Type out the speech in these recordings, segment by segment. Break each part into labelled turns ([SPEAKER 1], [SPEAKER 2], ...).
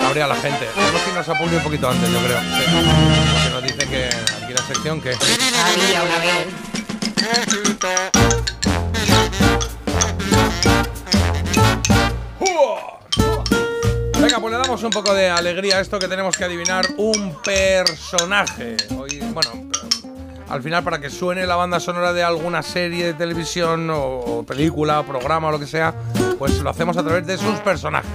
[SPEAKER 1] cabrea a la gente. Tenemos que irnos a Publi un poquito antes, yo creo. Sí. Porque nos dice que aquí la sección que...
[SPEAKER 2] Había una vez.
[SPEAKER 1] Venga, pues le damos un poco de alegría a esto que tenemos que adivinar un personaje. Hoy, bueno, al final para que suene la banda sonora de alguna serie de televisión o, o película, programa o lo que sea, pues lo hacemos a través de sus personajes.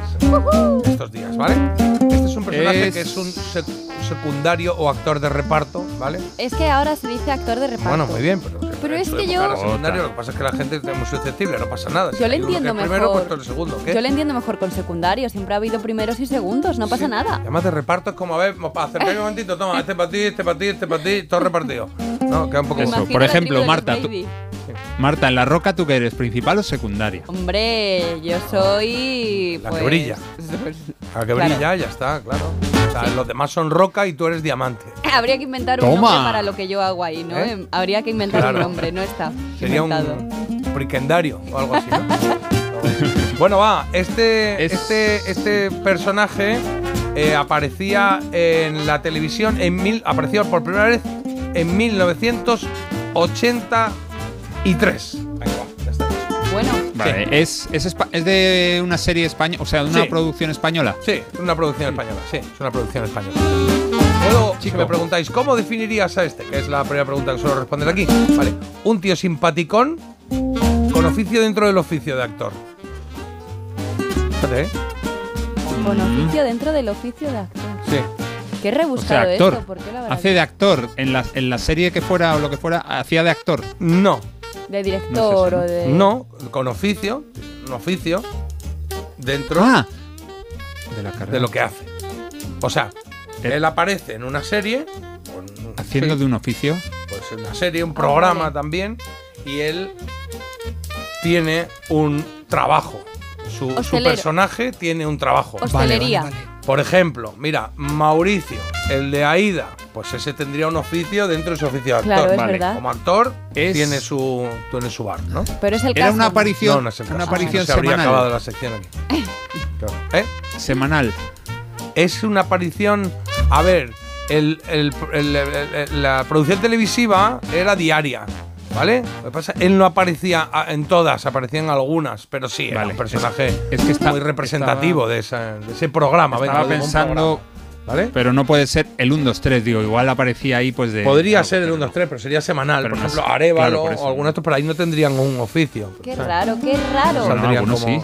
[SPEAKER 1] Estos días, ¿vale? Este es un personaje
[SPEAKER 3] Es-
[SPEAKER 1] que es un sec- secundario o actor de reparto, ¿vale?
[SPEAKER 4] Es que ahora se dice actor de reparto.
[SPEAKER 1] Bueno, muy bien, pero... siempre
[SPEAKER 4] Pero
[SPEAKER 1] en
[SPEAKER 4] es
[SPEAKER 1] su
[SPEAKER 4] que
[SPEAKER 1] época
[SPEAKER 4] yo-
[SPEAKER 1] era secundario, lo que pasa es que la gente es muy susceptible, no pasa nada. Si
[SPEAKER 4] Yo lo
[SPEAKER 1] hay uno que
[SPEAKER 4] entiendo
[SPEAKER 1] es primero,
[SPEAKER 4] mejor.
[SPEAKER 1] pues tú eres segundo, ¿qué?
[SPEAKER 4] Yo le entiendo mejor con secundario. Siempre ha habido primeros y segundos, no pasa nada.
[SPEAKER 1] Además de reparto es como, a ver, acercáis un momentito, toma, este para ti, este para ti, este para ti, todo repartido. No, queda un poco...
[SPEAKER 4] Me
[SPEAKER 3] Eso,
[SPEAKER 4] imagino
[SPEAKER 3] por
[SPEAKER 4] la
[SPEAKER 3] ejemplo,
[SPEAKER 4] tribu de los
[SPEAKER 3] Marta, tú-
[SPEAKER 4] Baby.
[SPEAKER 3] Marta, en la roca tú que eres principal o secundaria.
[SPEAKER 4] Hombre, yo soy.
[SPEAKER 1] La que
[SPEAKER 4] pues,
[SPEAKER 1] brilla. A que
[SPEAKER 4] Claro.
[SPEAKER 1] brilla, ya está, claro. O sea, los demás son roca y tú eres diamante.
[SPEAKER 4] Habría que inventar un
[SPEAKER 3] Toma.
[SPEAKER 4] nombre para lo que yo hago ahí, ¿no?
[SPEAKER 1] ¿Eh?
[SPEAKER 4] Em, Habría que inventar
[SPEAKER 1] Claro.
[SPEAKER 4] un nombre, no está.
[SPEAKER 1] Sería
[SPEAKER 4] inventado.
[SPEAKER 1] un priquendario o algo así, ¿no? bueno, va, este,
[SPEAKER 3] Es-
[SPEAKER 1] este, este personaje eh, aparecía en la televisión en mil, apareció por primera vez en 1983. Venga, va, ya está.
[SPEAKER 4] Bueno,
[SPEAKER 3] Vale, es, es, espa- es de una serie española, o sea, de una
[SPEAKER 1] Sí.
[SPEAKER 3] producción española.
[SPEAKER 1] Sí, es una producción española, sí, es una producción española. Luego, si me preguntáis, ¿cómo definirías a este? Que es la primera pregunta que suelo responder aquí. Vale, un tío simpaticón con oficio dentro del oficio de actor. Fíjate, ¿eh?
[SPEAKER 4] con oficio dentro del oficio de actor.
[SPEAKER 1] Sí.
[SPEAKER 4] Qué
[SPEAKER 3] O sea,
[SPEAKER 4] rebuscado
[SPEAKER 3] actor.
[SPEAKER 4] esto, ¿por qué lo habrá
[SPEAKER 3] Hace de actor. En la, en la serie que fuera o lo que fuera, hacía de actor.
[SPEAKER 1] No,
[SPEAKER 4] hecho? de director
[SPEAKER 3] No sé,
[SPEAKER 4] o de.
[SPEAKER 1] no, con oficio, un oficio dentro
[SPEAKER 3] Ah. De la carrera.
[SPEAKER 1] de lo que hace. O sea,
[SPEAKER 3] Eh.
[SPEAKER 1] él aparece en una serie, o en un-
[SPEAKER 3] Haciendo
[SPEAKER 1] sí,
[SPEAKER 3] de un oficio.
[SPEAKER 1] pues una serie, un programa
[SPEAKER 4] vale.
[SPEAKER 1] también, y él tiene un trabajo. Su, su
[SPEAKER 4] Hostelero.
[SPEAKER 1] personaje tiene un trabajo.
[SPEAKER 4] Hostelería.
[SPEAKER 1] Por ejemplo, mira, Mauricio, el de Aida, pues ese tendría un oficio dentro de su oficio de actor.
[SPEAKER 4] Claro, es
[SPEAKER 3] Vale.
[SPEAKER 4] verdad.
[SPEAKER 1] Como actor,
[SPEAKER 3] Es-
[SPEAKER 1] tiene, su, tiene su bar, ¿no?
[SPEAKER 4] Pero es el
[SPEAKER 3] Era
[SPEAKER 4] caso.
[SPEAKER 3] una
[SPEAKER 4] ¿no?
[SPEAKER 3] aparición,
[SPEAKER 1] No, no es el
[SPEAKER 3] una
[SPEAKER 1] caso.
[SPEAKER 3] aparición
[SPEAKER 1] se habría acabado
[SPEAKER 3] semanal.
[SPEAKER 1] la sección aquí. Claro. ¿Eh?
[SPEAKER 3] Semanal.
[SPEAKER 1] es una aparición. A ver, el- el- el- el- el- la producción televisiva era diaria. ¿Vale? Lo que pasa, él no aparecía a- en todas, aparecían algunas, pero sí, era
[SPEAKER 3] Vale,
[SPEAKER 1] un personaje
[SPEAKER 3] es- es que está-
[SPEAKER 1] muy representativo de, esa- de ese programa. venga,
[SPEAKER 3] Estaba
[SPEAKER 1] de algún
[SPEAKER 3] pensando.
[SPEAKER 1] programa, ¿Vale?
[SPEAKER 3] Pero no puede ser el 1, 2, 3. Digo, igual aparecía ahí, pues de.
[SPEAKER 1] Podría
[SPEAKER 3] algo,
[SPEAKER 1] ser el
[SPEAKER 3] pero
[SPEAKER 1] 1, 2, 3, pero sería semanal.
[SPEAKER 3] Pero
[SPEAKER 1] por
[SPEAKER 3] no
[SPEAKER 1] ejemplo,
[SPEAKER 3] es-
[SPEAKER 1] Arevalo
[SPEAKER 3] claro, por eso.
[SPEAKER 1] o algunos de estos, pero ahí no tendrían un oficio.
[SPEAKER 4] Qué
[SPEAKER 1] O sea,
[SPEAKER 4] raro, qué raro.
[SPEAKER 3] Bueno,
[SPEAKER 1] saldrían
[SPEAKER 3] algunos
[SPEAKER 1] como-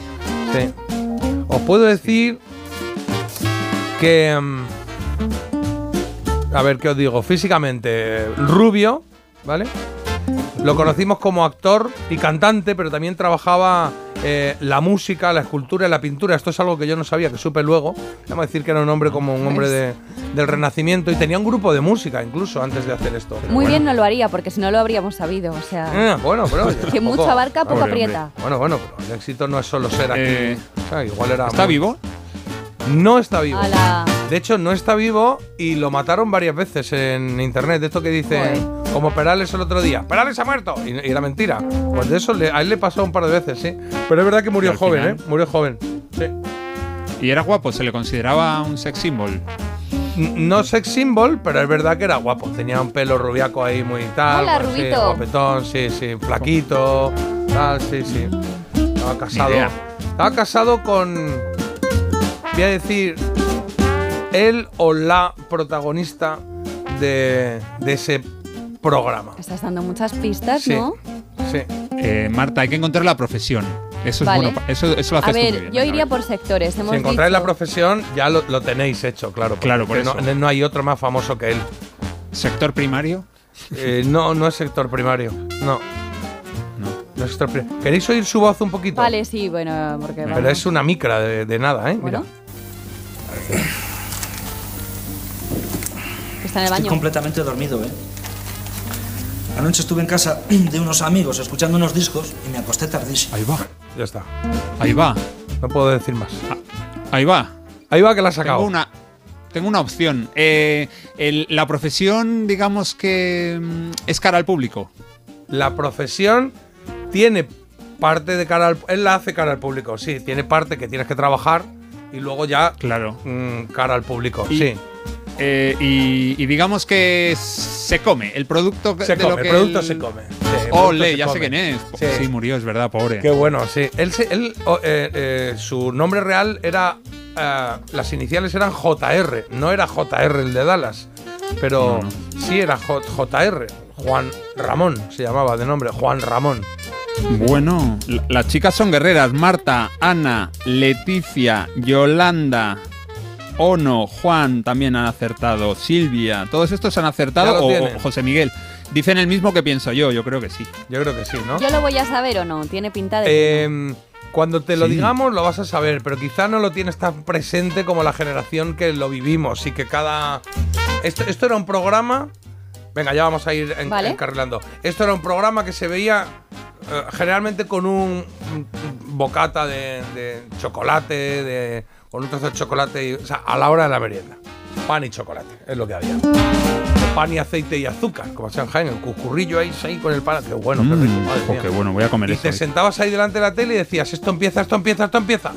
[SPEAKER 1] sí. Os puedo decir que. mm, A ver qué os digo. Físicamente, rubio, ¿vale? Lo conocimos como actor y cantante, pero también trabajaba eh, la música, la escultura y la pintura. Esto es algo que yo no sabía, que supe luego. Vamos a decir que era un hombre como un hombre de- del Renacimiento y tenía un grupo de música incluso antes de hacer esto. Pero
[SPEAKER 4] Muy
[SPEAKER 1] bueno.
[SPEAKER 4] bien no lo haría, porque si no lo habríamos sabido. O sea,
[SPEAKER 1] Eh, bueno, pero oye,
[SPEAKER 4] que
[SPEAKER 1] tampoco- Ah,
[SPEAKER 4] mucho abarca, poco
[SPEAKER 3] Pobre hombre.
[SPEAKER 4] aprieta.
[SPEAKER 1] Bueno, bueno, pero el éxito no es solo ser aquí.
[SPEAKER 3] Eh,
[SPEAKER 1] O sea, igual era
[SPEAKER 3] ¿Está
[SPEAKER 1] muy-
[SPEAKER 3] vivo?
[SPEAKER 1] No está vivo.
[SPEAKER 4] Ala.
[SPEAKER 1] De hecho, no está vivo y lo mataron varias veces en internet. De esto que dicen, como Perales el otro día, Perales ha muerto. Y, y era mentira. Pues de eso le- a él le pasó un par de veces, sí. Pero es verdad que
[SPEAKER 3] Y
[SPEAKER 1] murió
[SPEAKER 3] al
[SPEAKER 1] joven,
[SPEAKER 3] final-
[SPEAKER 1] ¿eh? Murió joven. Sí.
[SPEAKER 3] Y era guapo, se le consideraba un sex symbol.
[SPEAKER 1] N- No sex symbol, pero es verdad que era guapo. Tenía un pelo rubiaco ahí muy tal.
[SPEAKER 4] Hola,
[SPEAKER 1] pues sí,
[SPEAKER 4] rubito.
[SPEAKER 1] guapetón, sí, sí. Flaquito, tal, sí, sí. Estaba casado.
[SPEAKER 3] idea.
[SPEAKER 1] Estaba casado con. Voy a decir. Él o la protagonista de, de ese programa.
[SPEAKER 4] Estás dando muchas pistas,
[SPEAKER 1] Sí.
[SPEAKER 4] ¿no?
[SPEAKER 1] Sí.
[SPEAKER 3] Eh, Marta, hay que encontrar la profesión. Eso
[SPEAKER 4] Vale.
[SPEAKER 3] es bueno. pa- Eso, eso lo
[SPEAKER 4] A
[SPEAKER 3] haces tú muy
[SPEAKER 4] ver,
[SPEAKER 3] bien,
[SPEAKER 4] yo
[SPEAKER 3] venga,
[SPEAKER 4] iría
[SPEAKER 3] a ver.
[SPEAKER 4] por sectores. Hemos
[SPEAKER 1] Si encontráis
[SPEAKER 4] dicho-
[SPEAKER 1] la profesión, ya lo, lo tenéis hecho, claro. porque
[SPEAKER 3] Claro, por
[SPEAKER 1] no-
[SPEAKER 3] eso.
[SPEAKER 1] No, hay otro más famoso que él.
[SPEAKER 3] Sector primario.
[SPEAKER 1] Eh, no, no es sector primario. No.
[SPEAKER 3] No.
[SPEAKER 1] no es sector primario. ¿Queréis oír su voz un poquito?
[SPEAKER 4] Vale, sí, bueno, porque.
[SPEAKER 1] Mm. Pero
[SPEAKER 4] vamos.
[SPEAKER 1] es una micra de, de nada, ¿eh?
[SPEAKER 4] Bueno.
[SPEAKER 1] Mira.
[SPEAKER 4] Que Está en el
[SPEAKER 5] Estoy
[SPEAKER 4] baño.
[SPEAKER 5] completamente dormido, ¿eh? Anoche estuve en casa de unos amigos escuchando unos discos y me acosté tardísimo.
[SPEAKER 3] Ahí va.
[SPEAKER 1] Ya está.
[SPEAKER 3] Ahí va.
[SPEAKER 1] No puedo decir más.
[SPEAKER 3] Ahí va.
[SPEAKER 1] Ahí va que la ha sacado.
[SPEAKER 3] Tengo una, tengo una opción. Eh, el- la profesión, digamos que mm, es cara al público.
[SPEAKER 1] La profesión tiene parte de cara al... Él la hace cara al público, sí. Tiene parte que tienes que trabajar y luego ya
[SPEAKER 3] Claro.
[SPEAKER 1] mm, cara al público.
[SPEAKER 3] Y-
[SPEAKER 1] sí.
[SPEAKER 3] Eh, y, y digamos que se come. El producto
[SPEAKER 1] Se
[SPEAKER 3] de
[SPEAKER 1] come,
[SPEAKER 3] lo
[SPEAKER 1] el
[SPEAKER 3] que
[SPEAKER 1] producto se come. Sí, el producto
[SPEAKER 3] Ole,
[SPEAKER 1] se
[SPEAKER 3] ya sé
[SPEAKER 1] come.
[SPEAKER 3] quién es.
[SPEAKER 1] Sí.
[SPEAKER 3] Sí. murió, es verdad, pobre.
[SPEAKER 1] Qué bueno, sí. Él, se- él, o- eh, eh, su nombre real era. ah, las iniciales eran JR, no era JR el de Dallas, pero sí era J- JR. Juan Ramón se llamaba de nombre, Juan Ramón.
[SPEAKER 3] Bueno, la- las chicas son guerreras. Marta, Ana, Leticia, Yolanda, Ono, Juan también han acertado. Silvia, todos estos han
[SPEAKER 1] Ya
[SPEAKER 3] acertado.
[SPEAKER 1] lo
[SPEAKER 3] O,
[SPEAKER 1] tienen.
[SPEAKER 3] o José Miguel. Dicen el mismo que pienso yo, yo creo que sí.
[SPEAKER 1] Yo creo que sí, ¿no?
[SPEAKER 4] Yo lo voy a saber o no, tiene pinta de... que no.
[SPEAKER 1] Eh, cuando te lo
[SPEAKER 3] Sí.
[SPEAKER 1] digamos lo vas a saber, pero quizá no lo tienes tan presente como la generación que lo vivimos y que cada... Esto, esto era un programa... Venga, ya vamos a ir en-
[SPEAKER 4] Vale.
[SPEAKER 1] encarrilando. Esto era un programa que se veía eh, generalmente con un un bocata de, de chocolate, de, con un trozo de chocolate, y- o sea, a la hora de la merienda. Pan y chocolate, es lo que había. Pan y aceite y azúcar, como hacían en Jaén, el cucurrillo ahí, ahí con el pan. Qué bueno, qué rico,
[SPEAKER 3] Mm,
[SPEAKER 1] madre
[SPEAKER 3] jo,
[SPEAKER 1] mía.
[SPEAKER 3] qué bueno, voy a comer
[SPEAKER 1] Y
[SPEAKER 3] esto.
[SPEAKER 1] te sentabas ahí delante de la tele y decías, esto empieza, esto empieza, esto empieza.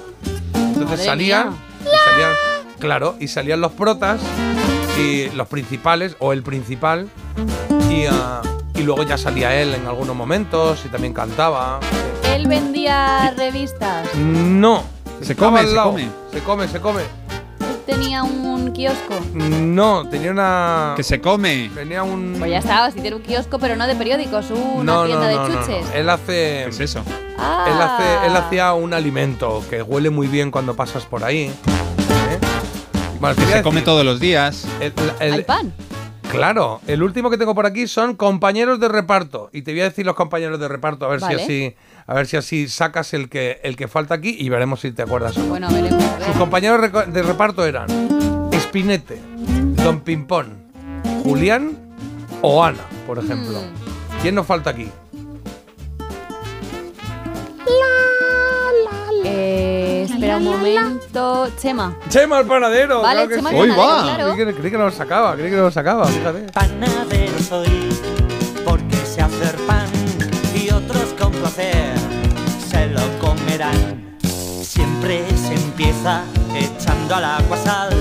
[SPEAKER 1] Entonces
[SPEAKER 4] Madre
[SPEAKER 1] salían,
[SPEAKER 4] mía.
[SPEAKER 1] y salían, claro, y salían los protas y los principales, o el principal, y, ah, y luego ya salía él en algunos momentos y también cantaba.
[SPEAKER 4] Él vendía revistas,
[SPEAKER 1] No.
[SPEAKER 3] Se
[SPEAKER 1] estaba
[SPEAKER 3] come,
[SPEAKER 1] al
[SPEAKER 3] se
[SPEAKER 1] lado.
[SPEAKER 3] come.
[SPEAKER 1] Se come, se come.
[SPEAKER 4] tenía un kiosco.
[SPEAKER 1] No, tenía una...
[SPEAKER 3] Que se come.
[SPEAKER 1] Tenía un...
[SPEAKER 4] Pues ya estaba, si tiene un kiosco, pero no de periódicos, una
[SPEAKER 1] no, no,
[SPEAKER 4] tienda
[SPEAKER 1] no,
[SPEAKER 4] de
[SPEAKER 1] no, no.
[SPEAKER 4] chuches.
[SPEAKER 1] Él hace...
[SPEAKER 3] ¿Qué es eso?
[SPEAKER 4] Ah.
[SPEAKER 1] Él, hace- él hacía un alimento que huele muy bien cuando pasas por ahí. ¿eh? Bueno,
[SPEAKER 3] Que
[SPEAKER 1] quería
[SPEAKER 3] se come
[SPEAKER 1] decir,
[SPEAKER 3] todos los días.
[SPEAKER 1] el- el-
[SPEAKER 4] Al pan.
[SPEAKER 1] Claro, el último que tengo por aquí son compañeros de reparto. Y te voy a decir los compañeros de reparto, a ver
[SPEAKER 4] Vale.
[SPEAKER 1] si así, a ver si así sacas el que, el que falta aquí y veremos si te acuerdas o no.
[SPEAKER 4] Bueno, veremos. a ver.
[SPEAKER 1] Sus compañeros reco- de reparto eran Espinete, Don Pimpón, Julián o Ana, por ejemplo.
[SPEAKER 4] Mm.
[SPEAKER 1] ¿Quién nos falta aquí?
[SPEAKER 4] Eh, espera un momento. Chema.
[SPEAKER 1] Chema el panadero.
[SPEAKER 4] Vale,
[SPEAKER 1] claro que
[SPEAKER 4] Chema
[SPEAKER 1] sí.
[SPEAKER 4] el
[SPEAKER 3] Hoy
[SPEAKER 4] panadero,
[SPEAKER 3] va.
[SPEAKER 4] claro.
[SPEAKER 1] Creí que, creí que no lo sacaba, creí que no lo sacaba, fíjate.
[SPEAKER 2] Panadero soy, porque sé hacer pan y otros con placer se lo comerán. Siempre se empieza echando al agua sal,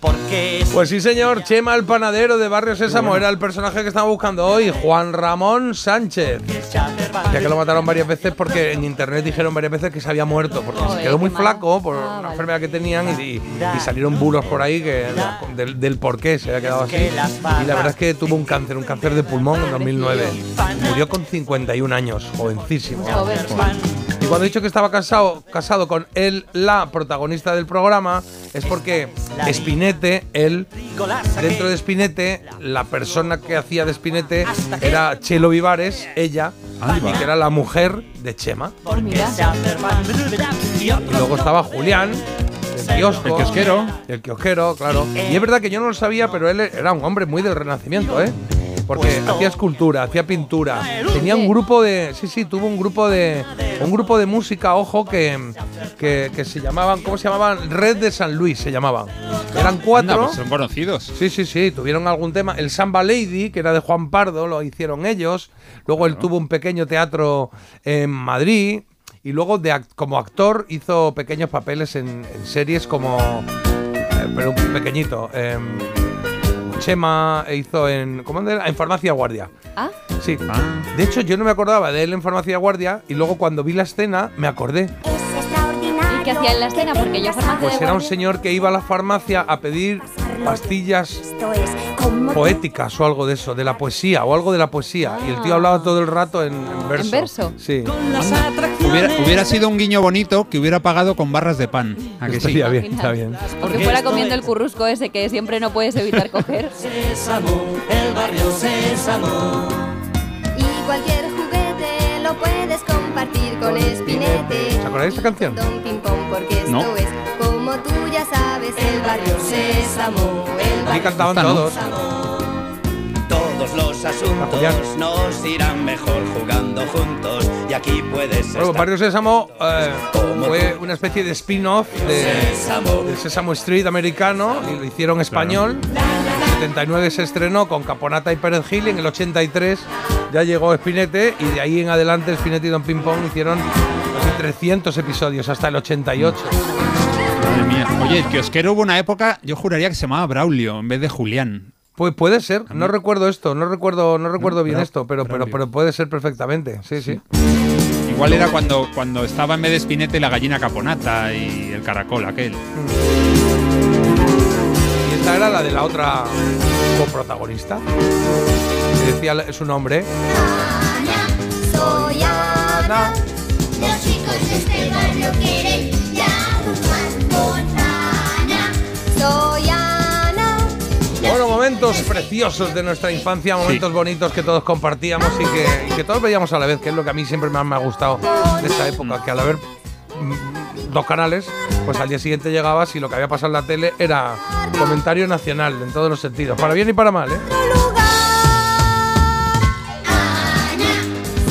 [SPEAKER 2] porque es
[SPEAKER 1] Pues sí, señor, Chema el panadero de Barrio Sésamo era el personaje que estaba buscando hoy, Juan Ramón Sánchez.
[SPEAKER 2] que sé hacer pan.
[SPEAKER 1] Ya que lo mataron varias veces porque en internet dijeron varias veces que se había muerto, porque se
[SPEAKER 4] Joder,
[SPEAKER 1] quedó muy
[SPEAKER 4] qué mal.
[SPEAKER 1] flaco por
[SPEAKER 4] Ah,
[SPEAKER 1] una
[SPEAKER 4] vale.
[SPEAKER 1] enfermedad que tenían y, y- y salieron bulos por ahí que, del, del por qué se había quedado así. Y la verdad es que tuvo un cáncer, un cáncer de pulmón en 2009. Murió con 51 años, jovencísimo.
[SPEAKER 4] Joven.
[SPEAKER 1] Y cuando he dicho que estaba casado, casado con él, la protagonista del programa, es porque Spinete, él, dentro de Spinete, la persona que hacía de Spinete era Chelo Vivares, ella,
[SPEAKER 3] Ahí
[SPEAKER 1] y
[SPEAKER 3] va.
[SPEAKER 1] que era la mujer de Chema.
[SPEAKER 4] Mira.
[SPEAKER 1] Y luego estaba Julián, el kiosco.
[SPEAKER 3] El kiosquero.
[SPEAKER 1] El kiosquero, claro. Y es verdad que yo no lo sabía, pero él era un hombre muy del renacimiento, ¿eh?
[SPEAKER 3] Pues
[SPEAKER 1] Porque hacía escultura, hacía pintura. Tenía un grupo de. Sí, sí, tuvo un grupo de. Un grupo de música, ojo, que, que, que se llamaban. ¿Cómo se llamaban? Red de San Luis se llamaban. Eran
[SPEAKER 3] Anda,
[SPEAKER 1] cuatro.
[SPEAKER 3] pues son conocidos.
[SPEAKER 1] Sí, sí, sí, tuvieron algún tema. El Samba Lady, que era de Juan Pardo, lo hicieron ellos. Luego él tuvo un pequeño teatro en Madrid. Y luego, de act- como actor, hizo pequeños papeles en, en series como. eh, pero un pequeñito. em, Chema e hizo en. ¿Cómo era? En Farmacia Guardia.
[SPEAKER 4] Ah,
[SPEAKER 1] Sí. De hecho, yo no me acordaba de él en Farmacia Guardia. Y luego, cuando vi la escena, me acordé.
[SPEAKER 4] ¿y qué hacía en la escena? Porque yo farmacia
[SPEAKER 1] Pues
[SPEAKER 4] de
[SPEAKER 1] era un
[SPEAKER 4] guardia-
[SPEAKER 1] señor que iba a la farmacia a pedir pastillas
[SPEAKER 6] Esto es como
[SPEAKER 1] poéticas o algo de eso, de la poesía o algo de la poesía. Y el tío hablaba todo el rato en, en verso.
[SPEAKER 4] Ah. ¿En verso?
[SPEAKER 1] Sí.
[SPEAKER 3] Hubiera, hubiera sido un guiño bonito que hubiera pagado con barras de pan. ¿A que sí?
[SPEAKER 1] Estaría bien, está bien.
[SPEAKER 4] O que fuera comiendo el currusco ese que siempre no puedes evitar coger.
[SPEAKER 2] Sésamo, el barrio sésamo.
[SPEAKER 6] Y cualquier juguete lo puedes compartir con Espinete.
[SPEAKER 1] ¿Os acordáis de esta canción?
[SPEAKER 6] Don Ping Pong, porque esto
[SPEAKER 3] No.
[SPEAKER 6] es como tú ya sabes, el barrio sésamo, el
[SPEAKER 1] Aquí
[SPEAKER 6] barrio
[SPEAKER 1] cantaban
[SPEAKER 3] Esta no.
[SPEAKER 1] todos.
[SPEAKER 2] Todos los asuntos
[SPEAKER 1] Ah, Julián.
[SPEAKER 2] nos irán mejor jugando juntos y aquí puedes
[SPEAKER 1] Bueno,
[SPEAKER 2] estar.
[SPEAKER 1] Barrio Sésamo eh, fue una especie de spin-off de, del Sésamo Street americano y lo hicieron español. En el 79 se estrenó con Caponata y Pérez Gil y en el 83 ya llegó Spinete y de ahí en adelante Spinete y Don Ping Pong hicieron no sé, 300 episodios hasta el 88.
[SPEAKER 3] Madre Oye, el kiosquero hubo una época, yo juraría que se llamaba Braulio en vez de Julián.
[SPEAKER 1] Pues puede ser, no recuerdo esto, no recuerdo, no recuerdo bien
[SPEAKER 3] Bra-
[SPEAKER 1] esto, pero, pero,
[SPEAKER 3] Braulio.
[SPEAKER 1] pero puede ser perfectamente, sí, sí.
[SPEAKER 3] Igual era cuando, cuando estaba en vez de Espinete la gallina caponata y el caracol aquel.
[SPEAKER 1] Y esta era la de la otra coprotagonista. que Decía la- su nombre.
[SPEAKER 7] Ana, soy Ana. Los chicos de este barrio quieren ya jugar con Ana.
[SPEAKER 6] Soy Ana,
[SPEAKER 1] Bueno, momentos preciosos de nuestra infancia, momentos bonitos que todos compartíamos y que, y que todos veíamos a la vez, que es lo que a mí siempre más me ha gustado de esa época, que al haber mm, dos canales, pues al día siguiente llegabas y lo que había pasado en la tele era comentario nacional en todos los sentidos, para bien y para mal, ¿eh?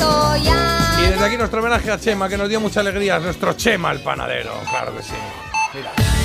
[SPEAKER 6] soy Ana.
[SPEAKER 1] Y desde aquí nuestro homenaje a Chema, que nos dio mucha alegría, es nuestro Chema el panadero, claro que sí. Mira.